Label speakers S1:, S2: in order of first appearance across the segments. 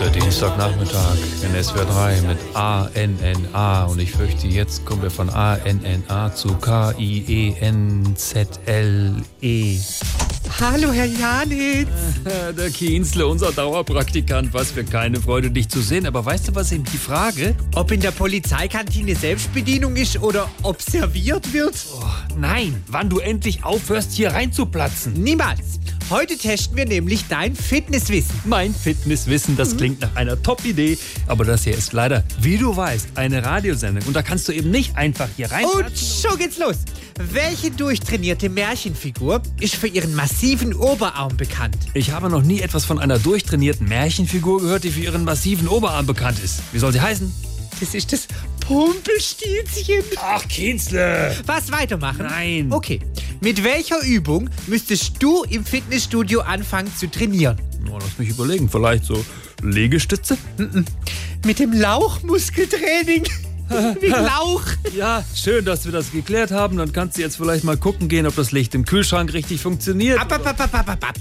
S1: Der Dienstagnachmittag in SWR 3 mit ANNA und ich fürchte, jetzt kommen wir von ANNA zu E K-I-E-N-Z-L-E.
S2: Hallo, Herr Janitz.
S1: Der Kienzle, unser Dauerpraktikant, was für keine Freude, dich zu sehen. Aber weißt du, was eben die Frage?
S2: Ob in der Polizeikantine Selbstbedienung ist oder ob serviert wird?
S1: oh, Nein, wann du endlich aufhörst, hier reinzuplatzen.
S2: Niemals. Heute testen wir nämlich dein Fitnesswissen.
S1: Mein Fitnesswissen, das klingt nach einer Top-Idee. Aber das hier ist leider, wie du weißt, eine Radiosendung. Und da kannst du eben nicht einfach hier
S2: Und
S1: reinplatzen.
S2: schon geht's los. Welche durchtrainierte Märchenfigur ist für ihren massiven Oberarm bekannt?
S1: Ich habe noch nie etwas von einer durchtrainierten Märchenfigur gehört, die für ihren massiven Oberarm bekannt ist. Wie soll sie heißen?
S2: Das ist das Pumpelstilzchen.
S1: Ach, Kienzle!
S2: Was weitermachen?
S1: Nein.
S2: Okay. Mit welcher Übung müsstest du im Fitnessstudio anfangen zu trainieren?
S1: Oh, lass mich überlegen, vielleicht so Liegestütze?
S2: Mit dem Lauchmuskeltraining. Mit Lauch.
S1: Ja, schön, dass wir das geklärt haben. Dann kannst du jetzt vielleicht mal gucken gehen, ob das Licht im Kühlschrank richtig funktioniert.
S2: Ab, ab, ab, ab, ab, ab, ab.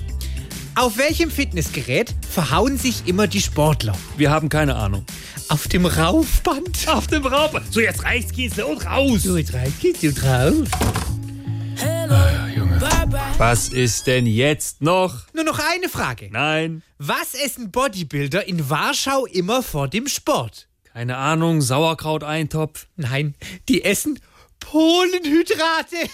S2: Auf welchem Fitnessgerät verhauen sich immer die Sportler?
S1: Wir haben keine Ahnung.
S2: Auf dem Raufband.
S1: Auf dem Raub. So, jetzt reicht's, Kienzle, und raus.
S2: jetzt rein, geht's du drauf.
S1: Junge. Was ist denn jetzt noch?
S2: Nur noch eine Frage.
S1: Nein.
S2: Was essen Bodybuilder in Warschau immer vor dem Sport?
S1: Keine Ahnung, Sauerkrauteintopf.
S2: Nein, die essen Polenhydrate.